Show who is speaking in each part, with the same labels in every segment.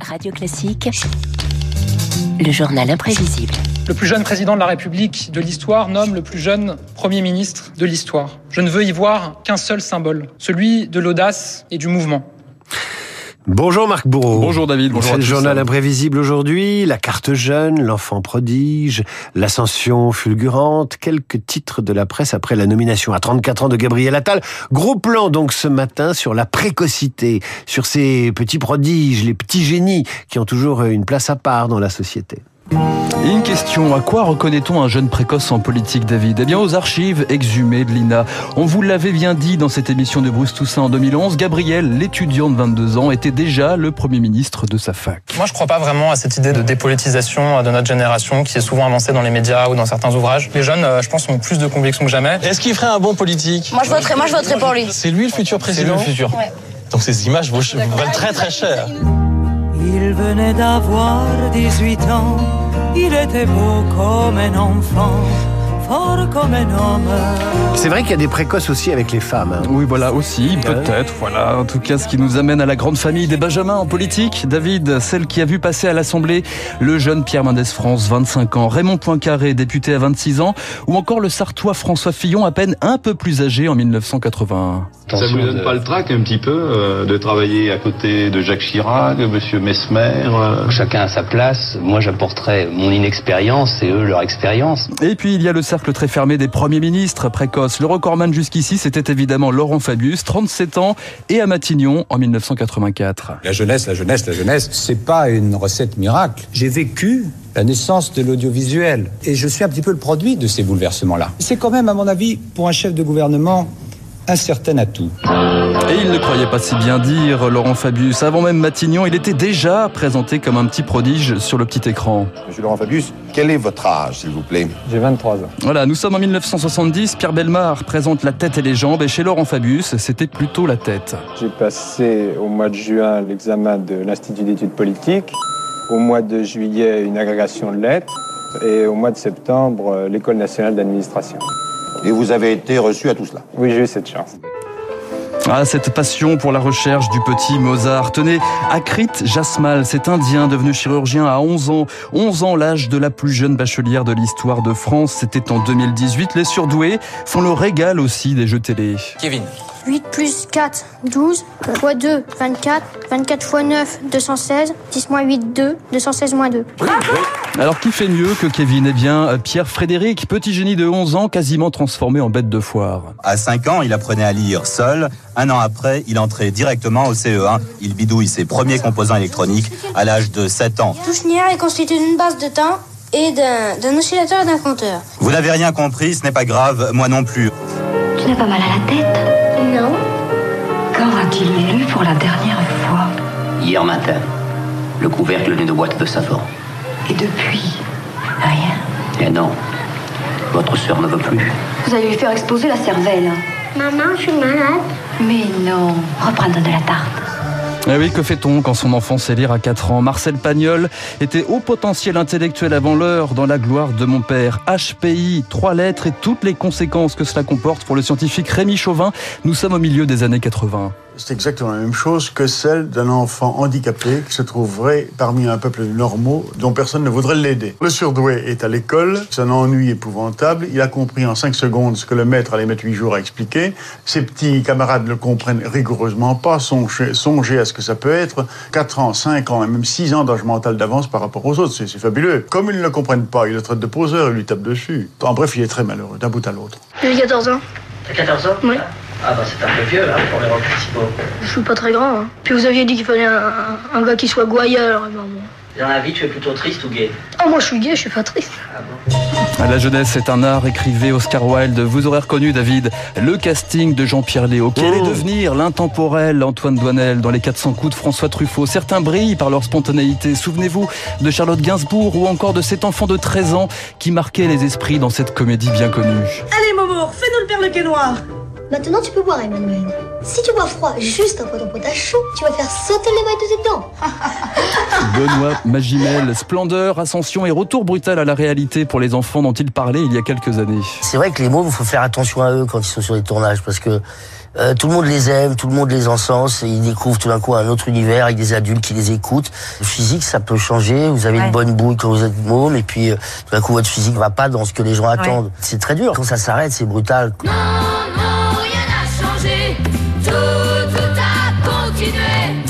Speaker 1: Radio Classique, le journal imprévisible.
Speaker 2: Le plus jeune président de la République de l'histoire nomme le plus jeune Premier ministre de l'histoire. Je ne veux y voir qu'un seul symbole, celui de l'audace et du mouvement.
Speaker 3: Bonjour Marc Bourreau.
Speaker 4: Bonjour David, bonjour
Speaker 3: Oh. C'est
Speaker 4: à
Speaker 3: le
Speaker 4: tous.
Speaker 3: journal imprévisible aujourd'hui, la carte jeune, l'enfant prodige, l'ascension fulgurante, quelques titres de la presse après la nomination à 34 ans de Gabriel Attal. Gros plan donc ce matin sur la précocité, sur ces petits prodiges, les petits génies qui ont toujours une place à part dans la société.
Speaker 4: Et une question, à quoi reconnaît-on un jeune précoce en politique, David Eh bien, aux archives exhumées de l'INA. On vous l'avait bien dit dans cette émission de Bruce Toussaint en 2011, Gabriel, l'étudiant de 22 ans, était déjà le Premier ministre de sa fac.
Speaker 5: Moi, je crois pas vraiment à cette idée de dépolitisation de notre génération qui est souvent avancée dans les médias ou dans certains ouvrages. Les jeunes, euh, je pense, ont plus de convictions que jamais.
Speaker 6: Est-ce qu'il ferait un bon politique
Speaker 7: Moi je voterai, moi je voterai pour lui.
Speaker 6: C'est lui le futur président
Speaker 7: futur. Ouais.
Speaker 6: Donc ces images vaut- valent très très cher.
Speaker 8: Il venait d'avoir 18 ans, il était beau comme un enfant, fort comme un homme.
Speaker 3: C'est vrai qu'il y a des précoces aussi avec les femmes. hein.
Speaker 4: Oui, voilà, aussi, peut-être, voilà. En tout cas, ce qui nous amène à la grande famille des Benjamins en politique. David, celle qui a vu passer à l'Assemblée le jeune Pierre Mendès France, 25 ans, Raymond Poincaré, député à 26 ans, ou encore le Sartois François Fillon, à peine un peu plus âgé en 1981.
Speaker 9: Ça vous donne pas le trac un petit peu euh, de travailler à côté de Jacques Chirac, de Monsieur Mesmer euh,
Speaker 10: Chacun à sa place. Moi, j'apporterai mon inexpérience et eux leur expérience.
Speaker 4: Et puis il y a le cercle très fermé des premiers ministres précoces. Le recordman jusqu'ici, c'était évidemment Laurent Fabius, 37 ans, et à Matignon en 1984.
Speaker 11: La jeunesse, la jeunesse, la jeunesse, c'est pas une recette miracle. J'ai vécu la naissance de l'audiovisuel et je suis un petit peu le produit de ces bouleversements-là. C'est quand même, à mon avis, pour un chef de gouvernement, un certain atout.
Speaker 4: Et il ne croyait pas si bien dire, Laurent Fabius. Avant même Matignon, il était déjà présenté comme un petit prodige sur le petit écran.
Speaker 12: Monsieur Laurent Fabius, quel est votre âge, s'il vous plaît
Speaker 11: J'ai 23 ans.
Speaker 4: Voilà, nous sommes en 1970, Pierre Belmar présente la tête et les jambes, et chez Laurent Fabius, c'était plutôt la tête.
Speaker 13: J'ai passé au mois de juin l'examen de l'Institut d'études politiques, au mois de juillet une agrégation de lettres et au mois de septembre euh, l'École nationale d'administration.
Speaker 12: Et vous avez été reçu à tout cela
Speaker 13: Oui, j'ai eu cette chance.
Speaker 4: Ah, cette passion pour la recherche du petit Mozart. Tenez, Akrit Jasmal, cet Indien devenu chirurgien à 11 ans, 11 ans l'âge de la plus jeune bachelière de l'histoire de France, c'était en 2018. Les surdoués font le régal aussi des jeux télé.
Speaker 5: Kevin,
Speaker 14: 8 plus 4, 12, x 2, 24, 24 x 9, 216, 10 moins 8, 2, 216 moins 2.
Speaker 4: Alors qui fait mieux que Kevin Eh bien, Pierre Frédéric, petit génie de 11 ans, quasiment transformé en bête de foire.
Speaker 15: À 5 ans, il apprenait à lire seul. Un an après, il entrait directement au CE1. Il bidouille ses premiers composants électroniques à l'âge de 7 ans.
Speaker 14: Touchnière est constituée d'une base de temps et d'un d'un oscillateur et d'un compteur.
Speaker 15: Vous n'avez rien compris, ce n'est pas grave, moi non plus.
Speaker 14: Tu n'as pas mal à la tête Non.
Speaker 8: Quand a-t-il lu pour la dernière fois
Speaker 10: Hier matin, le couvercle d'une boîte de savon.
Speaker 8: Et depuis, rien.
Speaker 10: Et non, votre sœur ne veut plus.
Speaker 14: Vous allez lui faire exploser la cervelle. Maman, je suis malade. Mais non, reprendre de la tarte.
Speaker 4: Ah oui, que fait-on quand son enfant sait lire à 4 ans Marcel Pagnol était haut potentiel intellectuel avant l'heure dans La gloire de mon père. HPI, trois lettres et toutes les conséquences que cela comporte pour le scientifique Rémi Chauvin. Nous sommes au milieu des années 80.
Speaker 16: C'est exactement la même chose que celle d'un enfant handicapé qui se trouverait parmi un peuple de normaux dont personne ne voudrait l'aider. Le surdoué est à l'école, c'est un ennui épouvantable, il a compris en 5 secondes ce que le maître allait mettre 8 jours à expliquer, ses petits camarades ne le comprennent rigoureusement pas, songez, songez à ce que ça peut être, 4 ans, 5 ans et même 6 ans d'âge mental d'avance par rapport aux autres, c'est c'est fabuleux. Comme ils ne le comprennent pas, ils le traitent de poseur, ils lui tapent dessus. En bref, il est très malheureux d'un bout à l'autre.
Speaker 14: J'ai 14 ans.
Speaker 10: T'as 14 ans
Speaker 14: Oui.
Speaker 10: Ah bah c'est un peu vieux là pour les principaux.
Speaker 14: Je suis pas très grand. hein. Puis vous aviez dit qu'il fallait un, un- un gars qui soit gouailleur. Bon, bon.
Speaker 10: Dans la vie, tu es plutôt triste ou gay
Speaker 14: Oh, moi je suis gay, je suis pas triste.
Speaker 4: À la jeunesse, c'est un art, écrivait Oscar Wilde. Vous aurez reconnu, David, le casting de Jean-Pierre Léo. Quel est devenir l'intemporel Antoine Douanel dans les 400 coups de François Truffaut Certains brillent par leur spontanéité. Souvenez-vous de Charlotte Gainsbourg ou encore de cet enfant de 13 ans qui marquait les esprits dans cette comédie bien connue.
Speaker 17: Allez, Momo, fais-nous le perlequet noir.
Speaker 18: Maintenant, tu peux boire, Emmanuel. Si tu bois froid juste après ton potage chaud, tu vas faire sauter les mailles de tes dents.
Speaker 4: Benoît Magimel, splendeur, ascension et retour brutal à la réalité pour les enfants dont il parlait il y a quelques années.
Speaker 19: C'est vrai que les mômes, il faut faire attention à eux quand ils sont sur les tournages parce que
Speaker 7: Euh, tout le monde les aime, tout le monde les encense, et ils découvrent tout d'un coup un autre univers avec des adultes qui les écoutent. Le physique, ça peut changer, vous avez une bonne bouille quand vous êtes môme, et puis euh, tout d'un coup votre physique va pas dans ce que les gens attendent. C'est très dur, quand ça s'arrête, c'est brutal.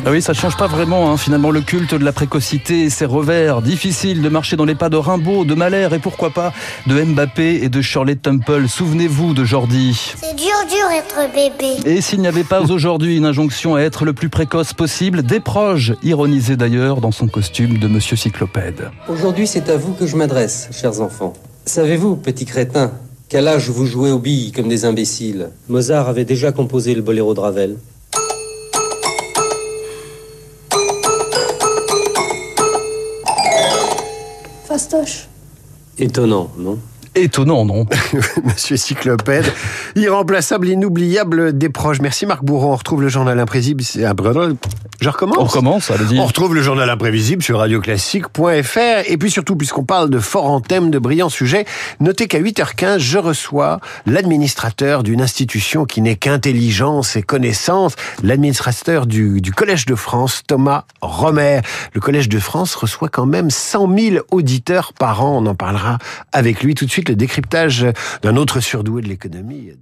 Speaker 4: Ah oui, ça change pas vraiment hein, finalement le culte de la précocité et ses revers. Difficile de marcher dans les pas de Rimbaud, de Malher et pourquoi pas de Mbappé et de Shirley Temple. Souvenez-vous de Jordi.
Speaker 18: C'est dur, dur être bébé.
Speaker 4: Et s'il n'y avait pas aujourd'hui une injonction à être le plus précoce possible, des proches ironisaient d'ailleurs dans son costume de Monsieur Cyclopède.
Speaker 19: Aujourd'hui, c'est à vous que je m'adresse, chers enfants. Savez-vous, petits crétins, qu'à l'âge où vous jouez aux billes comme des imbéciles, Mozart avait déjà composé le boléro de Ravel
Speaker 18: Fastoche.
Speaker 19: Étonnant, non
Speaker 4: Étonnant, non
Speaker 3: Monsieur Cyclopède, irremplaçable, inoubliable des proches. Merci Marc Bourron. On retrouve le journal imprévisible. c'est un brrr. Je recommence
Speaker 4: On recommence, allez-y.
Speaker 3: On retrouve le journal imprévisible sur radioclassique.fr. Et puis surtout, puisqu'on parle de fort en thème, de brillants sujets, notez qu'à 8h15, je reçois l'administrateur d'une institution qui n'est qu'intelligence et connaissance, l'administrateur du, du Collège de France, Thomas Romer. Le Collège de France reçoit quand même 100 000 auditeurs par an. On en parlera avec lui tout de suite, le décryptage d'un autre surdoué de l'économie.